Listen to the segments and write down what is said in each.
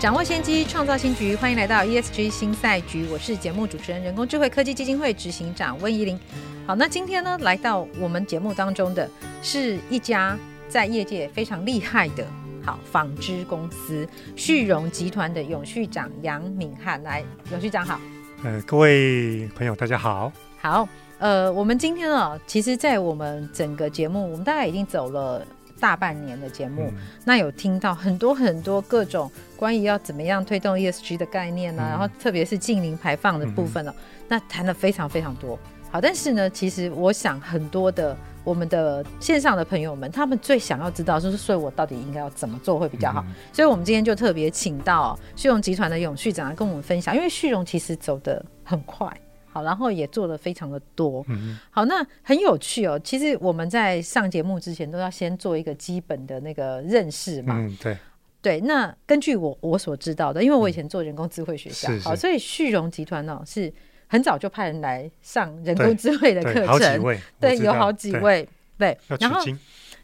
掌握先机，创造新局。欢迎来到 ESG 新赛局，我是节目主持人、人工智慧科技基金会执行长温怡玲。好，那今天呢，来到我们节目当中的是一家在业界非常厉害的好纺织公司旭荣集团的永续长杨敏汉。来，永续长好。呃，各位朋友，大家好。好，呃，我们今天啊，其实，在我们整个节目，我们大概已经走了大半年的节目，那有听到很多很多各种关于要怎么样推动 ESG 的概念呢、嗯然后特别是近零排放的部分呢、那谈了非常非常多。好，但是呢，其实我想很多的我们的线上的朋友们，他们最想要知道就是，所以我到底应该要怎么做会比较好？所以我们今天就特别请到旭荣集团的永续长来跟我们分享，因为旭荣其实走得很快。好，然后也做的非常的多。嗯好，那很有趣哦。其实我们在上节目之前都要先做一个基本的那个认识嘛。嗯，对，对，那根据我我所知道的，因为我以前做人工智慧学校，嗯是好，是所以旭荣集团呢、是很早就派人来上人对工智慧的课对，好几程，位， 对，我知有道好几，对位，对要，取然后经，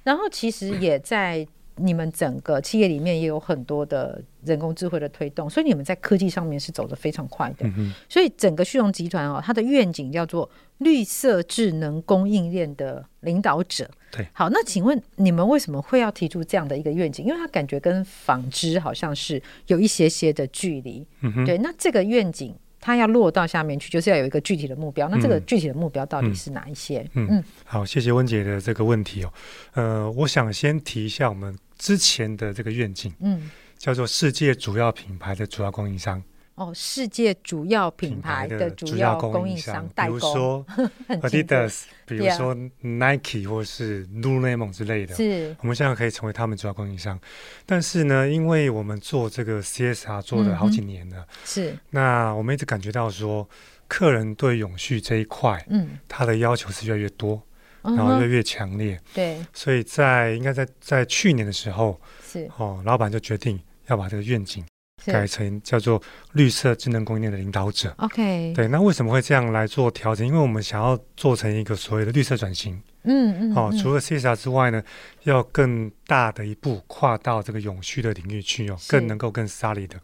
然后其实 也在你们整个企业里面也有很多的人工智慧的推动，所以你们在科技上面是走得非常快的。嗯哼，所以整个旭荣集团哦，它的愿景叫做绿色智能供应链的领导者。对，好，那请问你们为什么会要提出这样的一个愿景？因为它感觉跟纺织好像是有一些些的距离。嗯哼，对，那这个愿景它要落到下面去，就是要有一个具体的目标。那这个嗯具体的目标到底是哪一些？嗯好，谢谢温姐的这个问题哦。呃，我想先提一下我们之前的这个愿景，嗯，叫做世界主要品牌的主要供应商，哦，世界主要品牌的的主要要供应商商，代比如工 说很清楚 Adidas，比如 Yeah 说 Nike 或是 Lululemon 之类的，是我们现在可以成为他们主要供应商。但是呢，因为我们做这个 CSR 做嗯了好几年了，是，那我们一直感觉到说，客人对永续这一块，嗯，他的要求是越来越多，然然后越来越强烈。对所以在应该在在去年的时候，是哦，老板就决定要把这个愿景改是成叫做绿色智能供应链的领导者。 OK，对，那为什么会这样来做调整？因为我们想要做成一个所谓的绿色转型。嗯嗯，哦，嗯除了 CSR 之外呢，要更大的一步跨到这个永续的领域去哦，是更能够更 solid 的。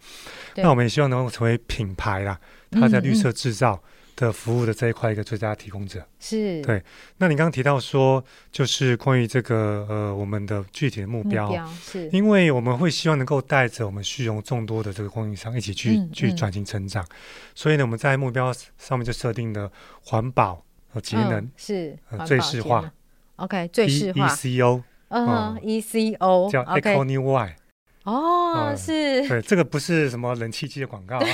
对嗯那我们也希望能够成为品牌啦，它在绿色制造的服务的这一块一个最佳提供者。是对那你刚刚提到说，就是关于这个呃我们的具体的目目标哦，标是因为我们会希望能够带着我们旭荣众多的这个供应商一起去、嗯去嗯转型成长，所以呢，我们在目标上面就设定了环保、呃节能、嗯是呃环最保节适化能，OK 啊最 E 适 E 化， C O 嗯哼哦，ECO 叫 Eco OK New Y，哦嗯是 对，这个不是什么冷气机的广告啊，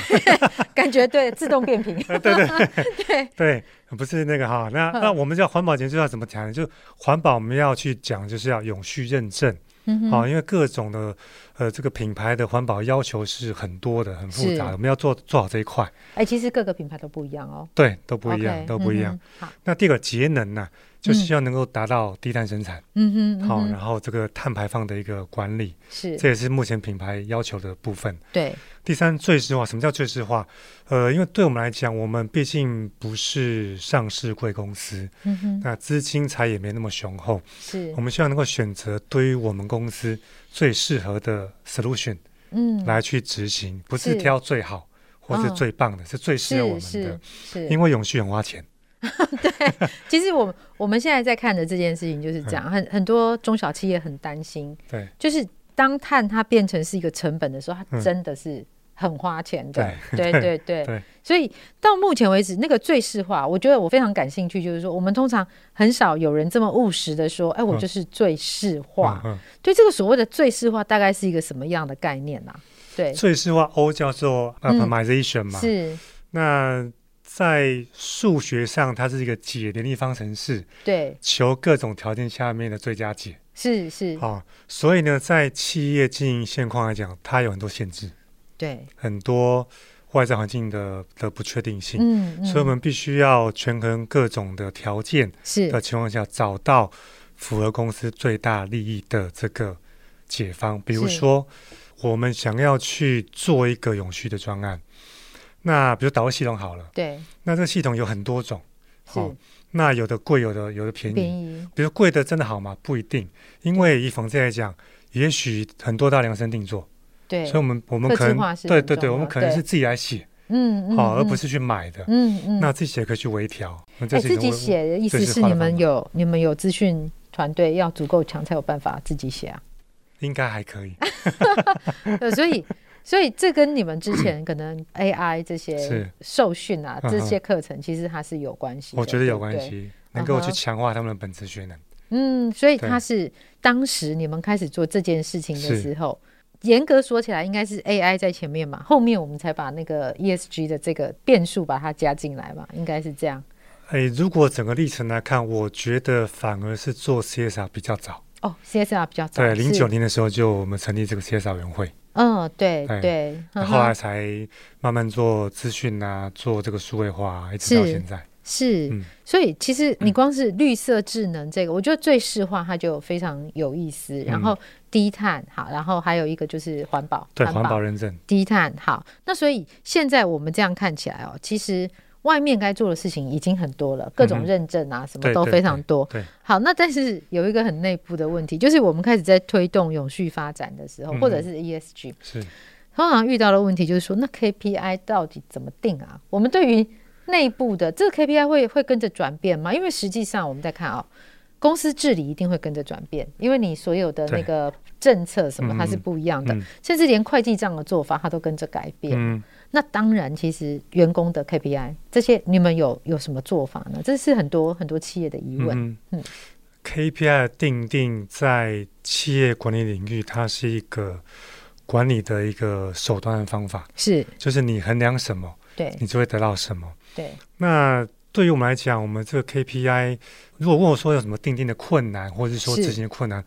感觉对自动变频 对对对 对，不是那个哈。那嗯那我们叫环保节就要怎么讲呢？就环保我们要去讲，就是要永续认证嗯哼啊，因为各种的呃这个品牌的环保要求是很多的，很复是杂的，我们要做做好这一块， 哎其实各个品牌都不一样哦，对，都不一 OK，样，都不一样。嗯哼好那第二个节能呢、就是希望能够达到低碳生产，嗯哼嗯好、哼然后这个碳排放的一个管理，这是也是目前品牌要求的部分。对第三，最适化，什么叫最适化？呃，因为对我们来讲，我们毕竟不是上市贵公司，嗯哼那资金才也没那么雄厚，是我们希望能够选择对于我们公司最适合的 solution 嗯来去执行，不是是挑最好或是嗯最棒的，是最适合我是们的是。是因为永续很花钱，其实我们我们现在在看的这件事情就是这嗯样，很很多中小企业很担心，对就是当碳它变成是一个成本的时候，它嗯真的是很花钱的。对对对对对对所以到目前为止，那个最适化，我觉得我非常感兴趣，就是说我们通常很少有人这么务实的说，哎，我嗯就是最适化。嗯对这个所谓的最适化，大概是一个什么样的概念啊？对嗯，，最适化 O 叫做嗯 optimization 嘛，是，那在数学上，它是一个解联立方程式，对，求各种条件下面的最佳解。是是，啊，所以呢，在企业经营现况来讲，它有很多限制，对，很多外在环境的的不确定性，嗯，所以我嗯们必须要权衡各种的条件是的情况下，找到符合公司最大利益的这个解方。比如是说，我们想要去做一个永续的专案，那比如导入系统好了，对，那这个系统有很多种，是、哦那有的贵，有的有的便宜，便宜，比如贵的真的好吗？不一定，因为以纺织来讲，也许很多大量身定做，对，所以我们我们客可制能化是对很对重对，要我们可能对是自己来写，嗯嗯，好、而不嗯是去买的。嗯嗯，那自己写可以去微调，那这哎是自己我写的意这思是是画你的们方法有你们有资讯团队要足够强才有办法自己写啊， 应该还可以，呃，所以。所以这跟你们之前可能 AI 这些是受训啊，嗯这哼些课程其实它是有关系的。我觉得有对不关对。系，能够嗯去哼强化他们的本职学能。嗯，所以对它是当时你们开始做这件事情的是时候，严格说起来应该是 AI 在前面嘛，后面我们才把那个 ESG 的这个变数把它加进来嘛，应该是这样。哎，如果整个历程来看，我觉得反而是做 CSR 比较早，哦，CSR 比较早，对，零九是，年的时候就我们成立这个 CSR 委员会，嗯，对哎对，嗯后来哼才慢慢做资讯啊，做这个数位化啊、一直到是现在。是，嗯所以其实你光是绿色智能这个，我觉得最市化它就非常有意嗯思，然后低碳好，然后还有一个就是环保，对，环保认证。低碳。好，那所以现在我们这样看起来哦，其实外面该做的事情已经很多了，各嗯种哼认证啊，什么对都对非常多。对好，那但是有一个很内部的问题，就是我们开始在推动永续发展的时候，嗯哼或者是 E ESG，是通常遇到的问题就是说，那 KPI 到底怎么定啊？我们对于内部的这个 KPI 会会跟着转变吗？因为实际上我们在看啊、公司治理一定会跟着转变，因为你所有的那对个政策什么嗯它是不一样的，嗯甚至连会计账的做法它都跟着改变。嗯，那当然，其实员工的 KPI 这些，你们有有什么做法呢？这是很多很多企业的疑问。嗯嗯嗯，KPI 的定定在企业管理领域，它是一个管理的一个手段和方法，是就是你衡量什么，对你就会得到什么。对，那对于我们来讲，我们这个 KPI，如果问我说有什么定定的困难，或者是说是执行的困难，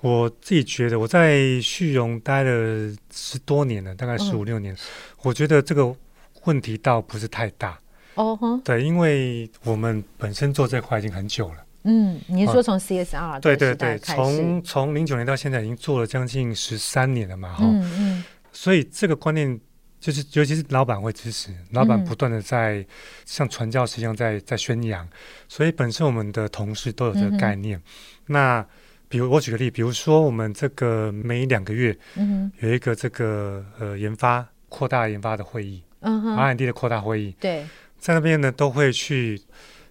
我自己觉得我在旭荣待了十多年了，大嗯概十五六年，我觉得这个问题倒不是太大。哦哼，对，因为我们本身做这块已经很久了，嗯，你是说从 CSR 啊的对对时代对，开始，从从零九年到现在已经做了将近十三年了嘛，哈、嗯嗯所以这个观念就是，尤其是老板会支持，老板嗯不断的在、像传教士一样在在宣扬，所以本身我们的同事都有这嗯个哼概念。那比如我举个例，比如说我们这个每两个月嗯哼有一个这个呃研发扩大研发的会议、嗯哼， R&D 的扩大会议，对，在那边呢都会去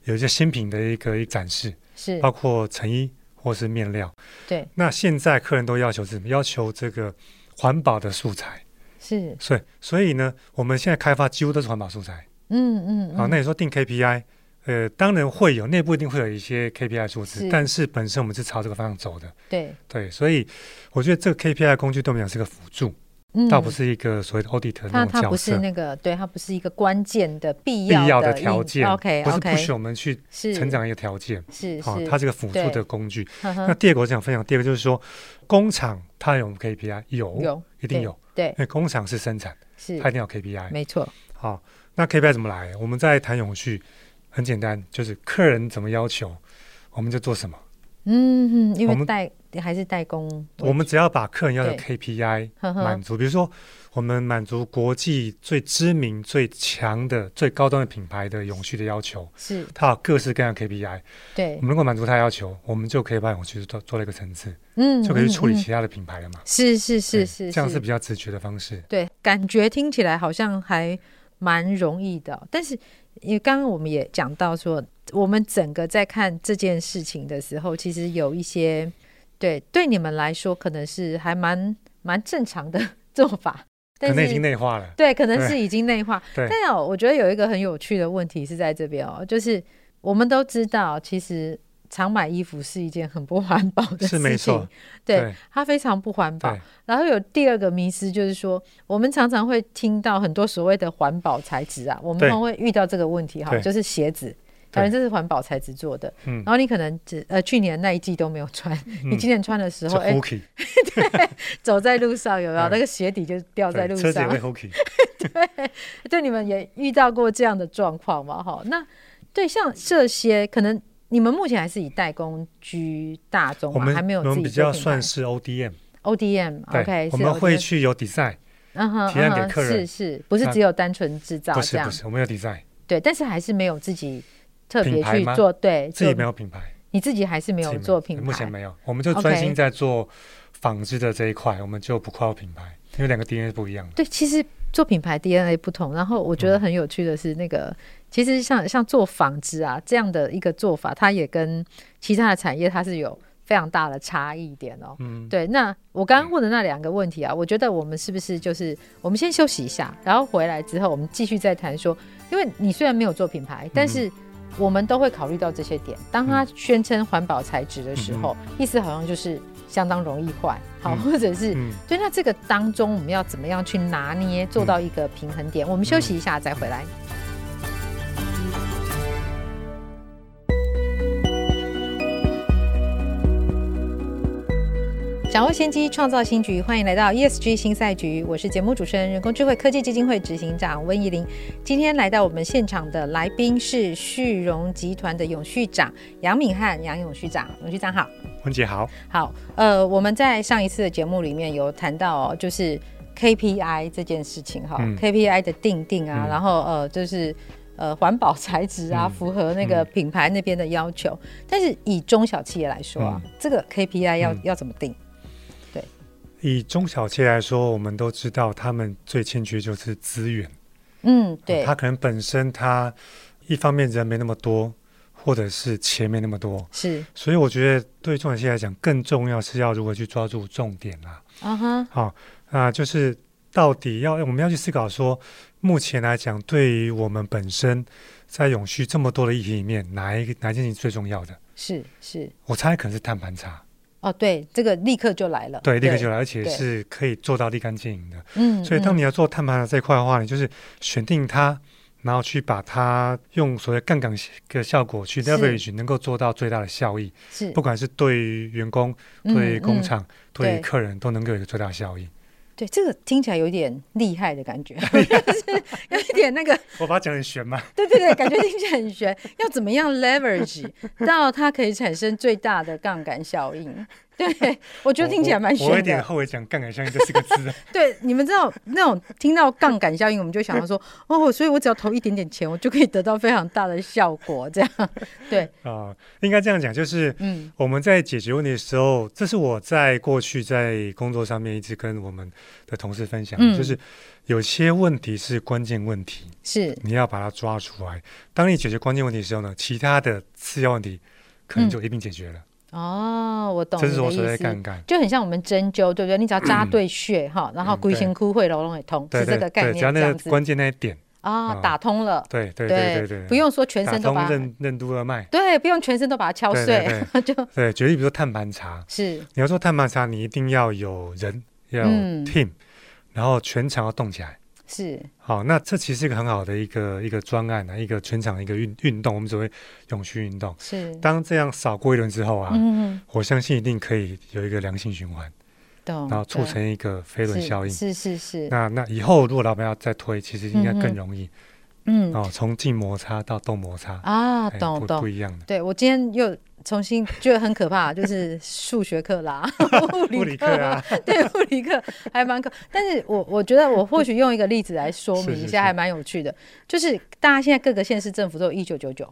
有一些新品的一个一展示，是包括成衣或是面料。对，那现在客人都要求什么？要求这个环保的素材。是，所以，所以呢，我们现在开发几乎都是环保素材。嗯嗯，好，嗯那你说定 KPI，呃，当然会有，内部一定会有一些 KPI 数字是，但是本身我们是朝这个方向走的。对，对，所以我觉得这个 KPI 工具对我们来讲是个辅助，嗯，倒不是一个所谓的 audit 的它那它不种角是色。那个，对，它不是一个关键的必必要的的条因件 OK 不是 OK，不许我们去是成长一个条件。是好、是，它是个辅助对嗯的工具。呵呵那第二个我想分享，第二个就是说，工厂它有 KPI，有，有一定对有，对因为工厂是生产，是它一定有 KPI。没错，好，那 KPI 怎么来？我们在谈永续，很简单，就是客人怎么要求，我们就做什么。嗯，嗯因我为们代还是代工为主，我们只要把客人要的对嗯 KPI 呵呵满足，比如说我们满足国际最知名、最强的、最高端的品牌的永续的要求，是它有各式各样的 KPI。对我，们如果满足它要求，我们就可以把永续做做了一个层次，嗯，就可以去处理嗯嗯其他的品牌了嘛。是是是对是，这样是比较直觉的方式。对，感觉听起来好像还蛮容易的哦、但是也刚刚我们也讲到说，我们整个在看这件事情的时候，其实有一些对对你们来说可能是还蛮蛮正常的做法， 但可能已经是内化了，对，可能对是已经内化。对但哦，我觉得有一个很有趣的问题是在这边哦，就是我们都知道，其实常买衣服是一件很不环保的事情，是没错。对，对它非常不环保对。然后有第二个迷思就是说，我们常常会听到很多所谓的环保材质啊，我们对常会遇到这个问题哈，对就是鞋子。反正这是环保材质做的，嗯然后你可能只呃去年那一季都没有穿，你今年穿的时这候，哎、 hokey，走在路上有没有、嗯那个鞋底就掉在对路车子也上会？hokey。对，你们也遇到过这样的状况吗？哈，那对像这些，可能你们目前还是以代工居大宗我嘛，们还没有我自们己比的较品算牌是 ODM，对 ODM，OK，、我们会 ODM 去有 design，嗯哼提案嗯给哼客人是是，不是那只有单纯制造不这是样不，是，我们有 design，对，但是还是没有自己特品别牌去吗做，对，自己做没有品牌，你自己还是没自有己做品牌，目前没有，我们就专 OK 心在做纺织的这一块，我们就不跨品牌，因为两个 DNA 不一样的。对，其实做品牌 DNA 不同，然后我觉嗯得很有趣的是，那个、其实像像做纺织啊这样的一个做法，它也跟其他的产业它是有非常大的差异点哦。嗯，对，那我刚刚问的那两个问题啊，我觉得我们是不是就是我们先休息一下，然后回来之后我们继续再谈说，因为你虽然没有做品牌，但嗯是我们都会考虑到这些点。当它宣称环保材质的时候，意思好像就是相当容易坏，好，嗯或者是嗯，对，那这个当中我们要怎么样去拿捏，做到一个平衡点？我嗯们休息一下再回来。掌握先机，创造新局，欢迎来到 ESG 新赛局，我是节目主持人、人工智慧科技基金会执行长温怡玲。今天来到我们现场的来宾是旭荣集团的永续长杨敏汉，杨永续长，永续长好。文姐好，好，呃，我们在上一次的节目里面有谈到、哦，就是 KPI 这件事情哈、嗯 k p i 的定定啊，嗯然后呃，就是呃环保材质啊，嗯符合那个品牌那边的要求。但是以中小企业来说啊，这个 KPI 要、嗯要怎么定？以中小企业来说，我们都知道他们最欠缺就是资源。嗯，对，哦他可能本身他一方面人没那么多，或者是钱没那么多，是，所以我觉得对中小企业来讲，更重要是要如何去抓住重点啦、啊哈，好、啊、就是到底要我们要去思考说，目前来讲，对于我们本身在永续这么多的议题里面，哪一个哪一件事情最重要的？是是，我猜可能是碳盘查，哦，对，这个立刻就来了，对，立刻就来，而且对是可以做到立竿见影的。嗯，嗯，所以，当你要做碳盘查这一块的话，你就是选定它，然后去把它用所谓杠杆的效果去是 leverage，能够做到最大的效益，是不管是对于员工、嗯对于工嗯厂、对对于客人，都能够有一个最大的效益。对，这个听起来有点厉害的感觉， 就是有一点那个我把它讲得很玄嘛，对对对，感觉听起来很悬。要怎么样 leverage 到它可以产生最大的杠杆效应？对，我觉得听起来蛮我我我有悬点的。后悔讲杠杆效应这四个 字。啊对，你们知道那种听到杠杆效应，我们就想到说，哦，所以我只要投一点点钱，我就可以得到非常大的效果。这样，对，啊、应该这样讲，就是嗯，我们在解决问题的时候，这是我在过去在工作上面一直跟我们的同事分享的，嗯就是有些问题是关键问题， 是，你要把它抓出来。当你解决关键问题的时候呢，其他的次要问题可能就一并解决了。哦，我嗯懂这你是我的所谓的意杠思。杆。就很像我们针灸，对不对？你只要扎对穴哈，然后嗯龟对形枯会喉咙也通，对是这对个概对，念，只要那这样个子关键那一点，啊啊打通了，对对对对对，不用说全打身都通把它任任督二脉。对，不用全身都把它敲对碎，对 就是对，举例比如说碳盘查，是你要做碳盘查，你一定要有人，要有嗯 team，、然后全场要动起来。是好，那这其实是一个很好的一个一个专案啊，一个全场的一个运运动，我们所谓永续运动。是，当这样扫过一轮之后啊，嗯，我相信一定可以有一个良性循环，懂，然后促对成一个飞轮是效应。是是是，那那以后如果老板要再推，其实应该更容易、嗯哦，从静摩擦到动摩擦，啊，哎懂不不懂，一样的。对我今天又。重新觉得很可 怕，就是数学课啦，物物理理课课啊， 对物理课还蛮可。但是我我觉 得我或许用一个例子来说是明一是下，是还蛮有趣的。就是大家现在各个县市政府都有一九九九，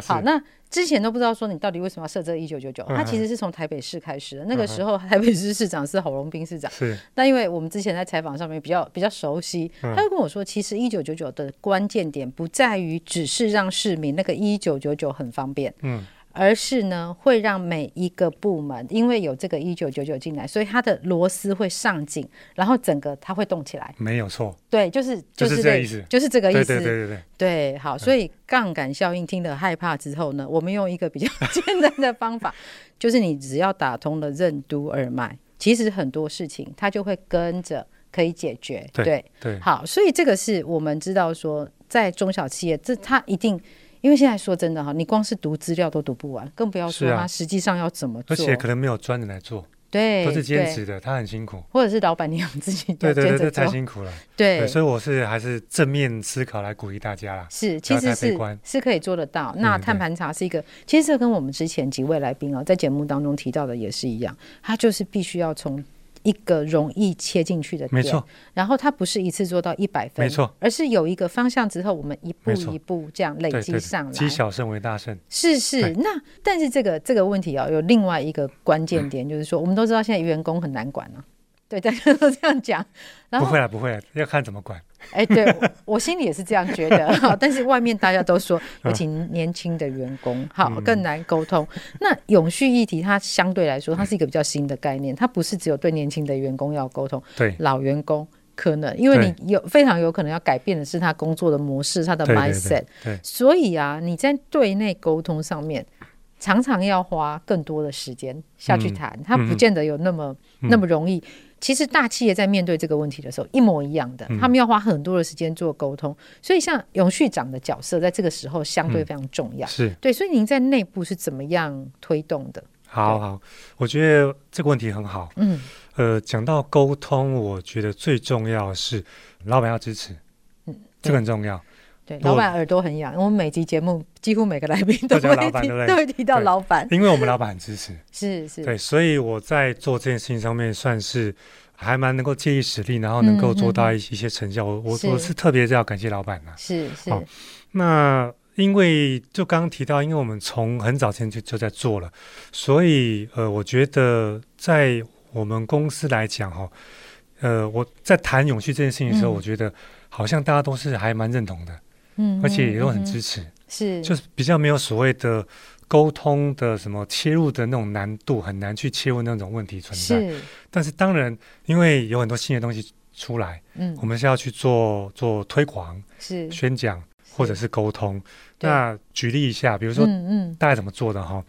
好，是嗯那之前都不知道说你到底为什么要设这一九九九，它其实是从台北市开始的。那个时候台北市市长是侯荣斌市长，是那因为我们之前在采访上面比较比较熟悉，嗯他就跟我说，其实一九九九的关键点不在于只是让市民那个一九九九很方便，嗯而是呢会让每一个部门因为有这个一九九九进来，所以它的螺丝会上紧，然后整个它会动起来。没有错，对，就是就是这类个意思就是这个意对思。对对对对。对，嗯好，所以杠杆效应听了害怕之后呢，我们用一个比较 简单的方法， 就是你只要打通了任督二脉，其实很多事情它就会跟着可以解决。对对好，所以这个是我们知道说，在中小企业，这它一定因为现在说真的哈，你光是读资料都读不完，更不要说是啊它实际上要怎么做。而且可能没有专人来做，对，都是兼对，职的，他很辛苦。或者是老板娘自己要对对兼对，着这太做。辛苦了。对，所以我是还是正面思考来鼓励大家啦。是，不其要实太悲是观是可以做得到。那嗯对对碳盘查是一个，其实这跟我们之前几位来宾啊、在节目当中提到的也是一样，它就是必须要从一个容易切进去的点，没错，然后它不是一次做到一百分，没错，而是有一个方向之后，我们一步没错一步这样累对积对上来。对，积小胜为大胜，是是对，那但是这个这个问题啊、有另外一个关键嗯点，就是说，我们都知道现在员工很难管啊，对，大家都这样讲，然不后会啊啦，不会啦，要看怎么管。 哎，对我我心里也是这样觉得， 哈但是外面大家都说，尤其年轻的员工，好嗯更难沟通。那永续议题，它相对来说，它是一个比较新的概念，它不是只有对年轻的员工要沟通，对老员工可能因为你有非常有可能要改变的是他工作的模式，他的对对 mindset 对。对，所以啊，你在对内沟通上面，常常要花更多的时间下去嗯谈，它不嗯见得有那么、嗯那么容易。其实大企业在面对这个问题的时候，一模一样嗯的，他们要花很多的时间做沟通。所以，像永续长的角色，在这个时候相嗯对非常重要。是对，所以您在内部是怎么样推动的？好好，我觉得这个问题很好。嗯，呃，讲到沟通，我觉得最重要的是老板要支持，嗯这个很重要。对，我老板耳朵很痒，我们每集节目几乎每个来宾都都讲会老板提对不对 都会提到对老板，因为我们老板很支持， 是是，对，所以我在做这件事情上面算是还蛮能够借力使力，然后嗯能够做到一一些成效。我我是我是特别是要感谢老板呐、是是好那因为就刚刚提到，因为我们从很早前就就在做了，所以呃，我觉得在我们公司来讲哈、哦，呃，我在谈永续这件事情的时候，嗯我觉得好像大家都是还蛮认同的，嗯而且也都嗯很嗯支持，是，就是比较没有所谓的沟通的什么切入的那种难度，很难去切入那种问题存在。是，但是当然，因为有很多新的东西出来，嗯我，们是要去做做推广、是，宣讲或者是沟通。对那举例一下，比如说嗯嗯大概怎么做的哈？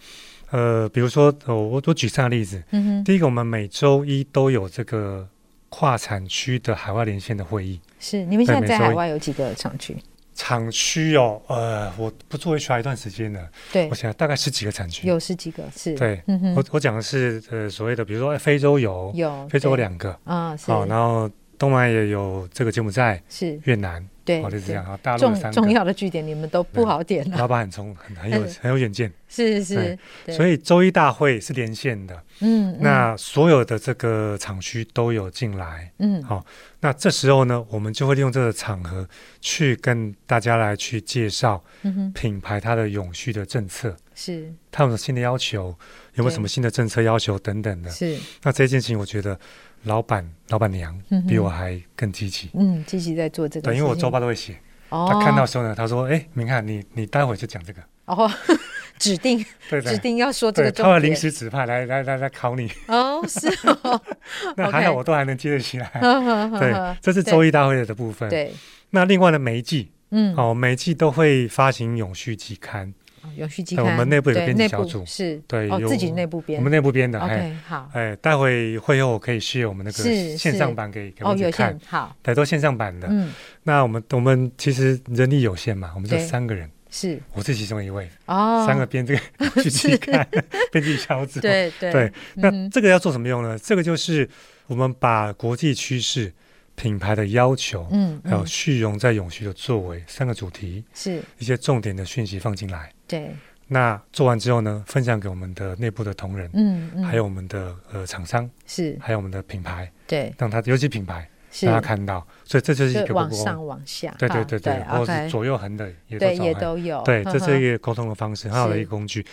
呃，比如说，呃我我举三个例子。嗯哼，第一个，我们每周一都有这个跨产区的海外连线的会议。是，你们现在对在没错海外有几个厂区？厂区哦，呃，我不做 HR 一段时间了，对我，想大概十几个产区。有十几个，是，对嗯哼我，我讲的是呃所谓的，比如说哎非洲有，有，非洲有对两个，啊，是哦，然后东南亚也有这个柬埔寨、是，越南，对，哦，就是这样，对然后大陆有重三重个。要的据点你们都不对好点了，老板很聪，很很有嗯很有远见，是是，对所以周一大会是连线的，嗯，嗯那所有的这个厂区都有进来。嗯好那这时候呢，我们就会利用这个场合去跟大家来去介绍嗯哼品牌它的永续的政策，是他们有新的要求，有没有对什么新的政策要求等等的。是，那这件事情，我觉得老板、老板娘嗯哼比我还更积极。嗯，积极在做这个事情，对，因为我周报都会写，哦，他看到的时候呢，他说：“哎，明翰，你你待会就讲这个。哦， 指定”对指的，定要说这对，个他会重临点，时指派来来来来 考你。哦，是哦， 那还好， OK 我都还能接得起来。呵呵 呵对呵，这是周一大会的部分。，对，那另外呢，每一季嗯，哦，每一季都会发行永续季刊，永续期对刊，哎我们内部有对编辑内小部组是，对哦，有自己内部编我们内部编的。哎，OK，好，哎，待会会后我可以 share 我们那个是线上是版给给哦，我有姐看限，，好，对，都线上版的。嗯，那我们我们其实人力有限嘛，我们就对三个人，是，我是其中一位，哦，三个编这 个去去看 编辑小组。对对对，那嗯这个要做什么用呢？这个就是我们把国际趋势、品牌的要求，嗯，还有嗯，续融在永续的作为三个主题，是一些重点的讯息放进来。对，那做完之后呢，分享给我们的内部的同仁，嗯嗯，还有我们的呃厂商，是，还有我们的品牌，对，让他尤其品牌是让他看到，所以这就是一就个往沟通上往下，对哈对对对，或者是，OK，左右横的也都对找也来都有，对，呵这呵是一个沟通的方式，很好的一是个工具。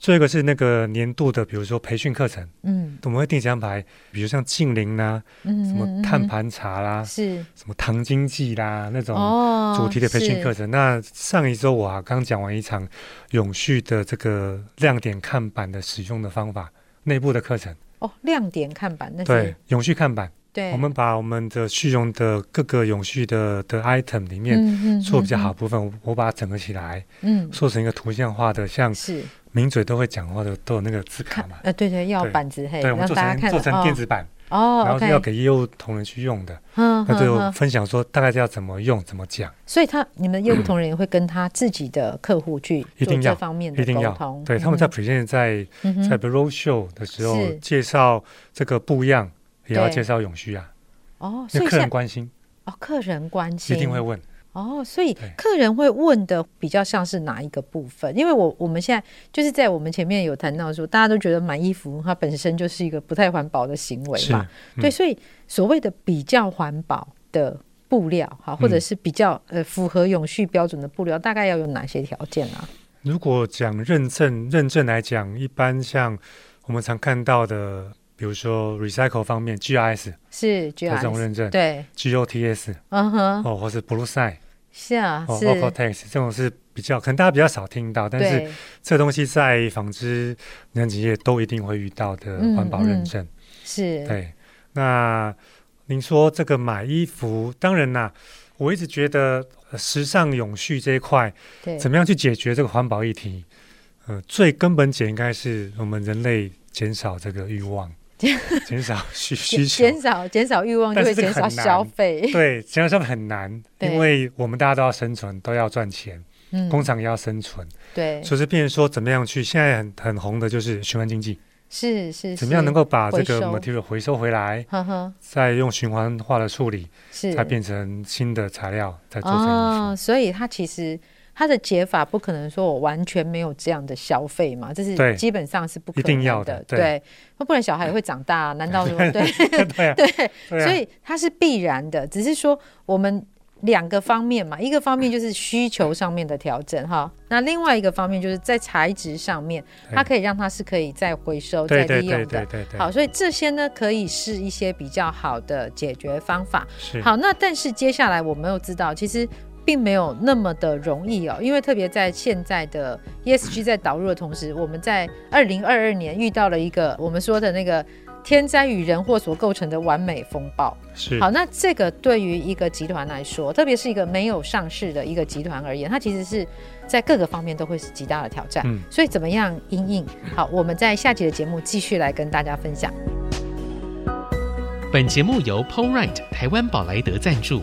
最后一个是那个年度的，比如说培训课程，嗯我们会定期安排，比如像近邻啦、嗯，什么嗯碳嗯盘查啦、是什么糖经济啦那种哦，主题的培训是课程。那上一周我啊刚讲完一场永续的这个亮点看板的使用的方法内部的课程，哦，亮点看板那对是，永续看板，对，我们把我们的续用的各个永续的的 item 里面。嗯嗯做比较好嗯的部分，我我把它整合起来，嗯，做成一个图像化的，像是名嘴都会讲话的，都有那个字卡嘛。呃对对，要对板子嘿，对，我们让做大家成看做得成哦电子版，哦然后要，OK，给业务同仁去用的，嗯那嗯就嗯分享说大概要怎么用、怎么讲，所以他你们业务同仁也会跟他自己的客户去一做定这要方面的一定沟要通。对，他们在 present 在嗯哼在 road show 的时候是介绍这个不一样，也要对介绍永续啊，哦，因所以为客现人在关心哦客人关一心定会问，哦，所以对客人会问的比较像是哪一个部分？因为我我们现在就是在我们前面有谈到说，大家都觉得买衣服它本身就是一个不太环保的行为是嘛，嗯对，所以所谓的比较环保的布料哈，或者是比较呃符合永续标准的布料，大概要有哪些条件啊？如果讲认证，认证来讲，一般像我们常看到的，比如说 recycle 方面，GRS 的是 G 这种 R 认证对， ，GOTS 嗯哼，哦，或是 Blue Sign 是啊，哦是， ，Ocotex 这种是比较，可能大家比较少听到，但是对，这东西在纺织能企业都一定会遇到的嗯环保认证。是，对，那您说这个买衣服，当然啦，我一直觉得呃时尚永续这一块。对，怎么样去解决这个环保议题？呃，最根本解应该是我们人类减少这个 欲望，减少需减需求。减少减少欲望，就但会是这减个少很难消费。对，减少消费很难，对因为我们大家都要生存，都要赚钱，嗯，工厂也要生存，对，所以是变成说怎么样去现在很很红的就是循环经济，是是，怎么样能够把这回个收 material 回收回来，呵呵再用循环化的处理，是才变成新的材料，再做成衣哦，服。所以它其实它的解法不可能说我完全没有这样的消费嘛，这是对基本上是不可一定能要的的，对对，那不然小孩也会长大啊，难道说对？对啊，对，对啊所以它是必然的，只是说我们两个方面嘛，一个方面就是需求上面的调整哈，那另外一个方面就是在材质上面，对它可以让它是可以再回收、再对对利用对对的。对对，好，所以这些呢可以是一些比较好的解决方法。是好，那但是接下来我们又知道，其实并没有那么的容易哦，因为特别在现在的 ESG 在导入的同时，我们在二零二二年遇到了一个我们说的那个天灾与人祸所构成的完美风暴。是好，那这个对于一个集团来说，特别是一个没有上市的一个集团而言，它其实是在各个方面都会是极大的挑战。嗯所以怎么样应应？好，我们在下集的节目继续来跟大家分享。本节目由 POLRIGHT 台湾宝莱德赞助。